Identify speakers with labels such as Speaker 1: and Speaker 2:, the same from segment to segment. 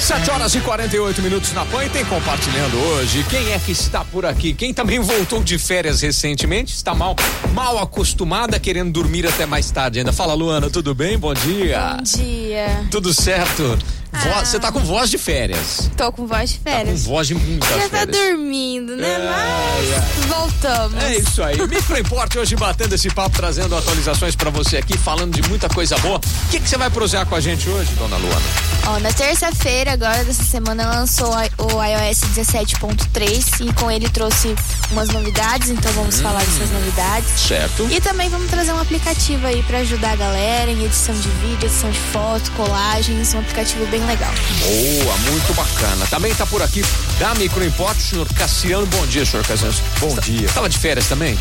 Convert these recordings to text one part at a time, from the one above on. Speaker 1: 7 horas e 48 minutos na PAN e tem compartilhando hoje. Quem é que está por aqui? Quem também voltou de férias recentemente, está mal, mal acostumada, querendo dormir até mais tarde ainda. Fala, Luana, tudo bem? Bom dia.
Speaker 2: Bom dia.
Speaker 1: Tudo certo? Vo- Você tá com voz de férias.
Speaker 2: Tô com voz de
Speaker 1: Tá com
Speaker 2: Ah. férias.
Speaker 1: voz de muitas
Speaker 2: Já tá
Speaker 1: férias.
Speaker 2: dormindo, né?
Speaker 1: Ai,
Speaker 2: Mas voltamos.
Speaker 1: É isso aí. Microimporte hoje batendo esse papo, trazendo atualizações pra você aqui, falando de muita coisa boa. O que, que você vai prosear com a gente hoje, dona Luana?
Speaker 2: Ó, na terça-feira, agora dessa semana, lançou a- o iOS 17.3 e com ele trouxe umas novidades, então
Speaker 1: Hum.
Speaker 2: vamos falar dessas novidades.
Speaker 1: Certo.
Speaker 2: E também vamos trazer um aplicativo aí pra ajudar a galera em edição de vídeo, edição de foto, colagens, um aplicativo bem legal.
Speaker 1: Boa, muito bacana. Também tá por aqui da Microimporte, o senhor Cassiano. Bom dia, senhor Cassiano.
Speaker 3: Bom dia.
Speaker 1: Tava de férias também?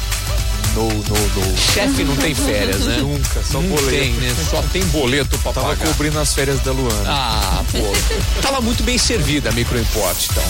Speaker 3: No, no, no.
Speaker 1: Chefe não tem férias, né?
Speaker 3: Nunca, só
Speaker 1: não
Speaker 3: boleto.
Speaker 1: tem, né? Só tem boleto pra
Speaker 3: Tava
Speaker 1: pagar.
Speaker 3: cobrindo as férias da Luana.
Speaker 1: Ah, pô. Tava muito bem servida a Microimporte, então.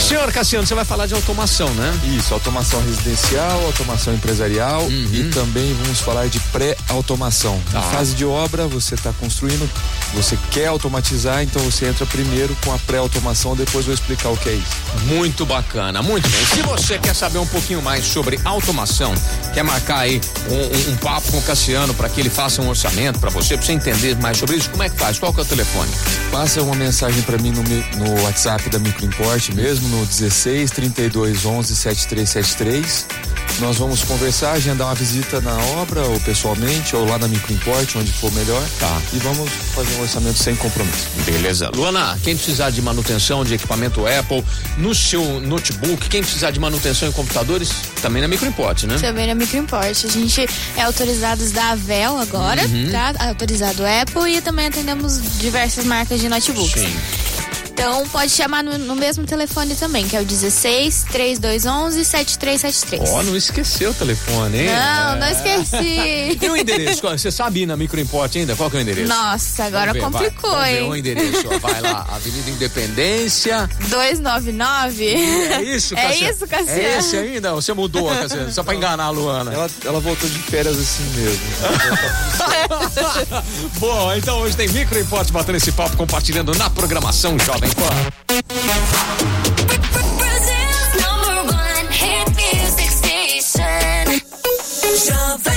Speaker 1: Senhor Cassiano, você vai falar de automação, né?
Speaker 3: Isso, automação residencial, automação empresarial e também vamos falar de pré-automação. Na
Speaker 1: Tá.
Speaker 3: fase de obra, você está construindo, você quer automatizar, então você entra primeiro com a pré-automação, depois eu vou explicar o que é isso.
Speaker 1: Muito bacana, muito bem. Se você quer saber um pouquinho mais sobre automação, quer marcar aí um, um- um papo com o Cassiano para que ele faça um orçamento para você, para você entender mais sobre isso, como é que faz? Qual que é o telefone?
Speaker 3: Passa uma mensagem para mim no, mi- no WhatsApp da Microimport mesmo, no 16 32 11 7373. Nós vamos conversar, agendar uma visita na obra ou pessoalmente ou lá na Microimport, onde for melhor.
Speaker 1: Tá.
Speaker 3: E vamos fazer um orçamento sem compromisso.
Speaker 1: Beleza. Luana, quem precisar de manutenção de equipamento Apple no seu notebook, quem precisar de manutenção em computadores, também na Microimport, né?
Speaker 2: Também na Microimport. A gente é autorizados da Avel agora,
Speaker 1: Uhum.
Speaker 2: tá? Autorizado Apple e também atendemos diversas marcas de notebooks.
Speaker 1: Sim.
Speaker 2: Então pode chamar no, no mesmo telefone também, que é o 16 3211 7373.
Speaker 1: Ó, não esqueceu o telefone, hein?
Speaker 2: Não, não
Speaker 1: É. E
Speaker 2: esqueci.
Speaker 1: o endereço? Qual- Você sabe ir na Microimport ainda? Qual que é o endereço?
Speaker 2: Nossa, agora
Speaker 1: Vamos ver, vai.
Speaker 2: complicou,
Speaker 1: Vamos ver o
Speaker 2: hein?
Speaker 1: endereço, ó. vai lá, Avenida Independência.
Speaker 2: 299?
Speaker 1: É isso,
Speaker 2: É
Speaker 1: Cassiano?
Speaker 2: isso, Cassiano.
Speaker 1: É esse ainda? Você mudou, Cassiano, só pra enganar a Luana.
Speaker 3: Ela, ela voltou de férias assim mesmo.
Speaker 1: Bom, então hoje tem Micro Import batendo esse papo, compartilhando na programação Jovem Pan.
Speaker 4: Brazil's number one hit music station. Jovem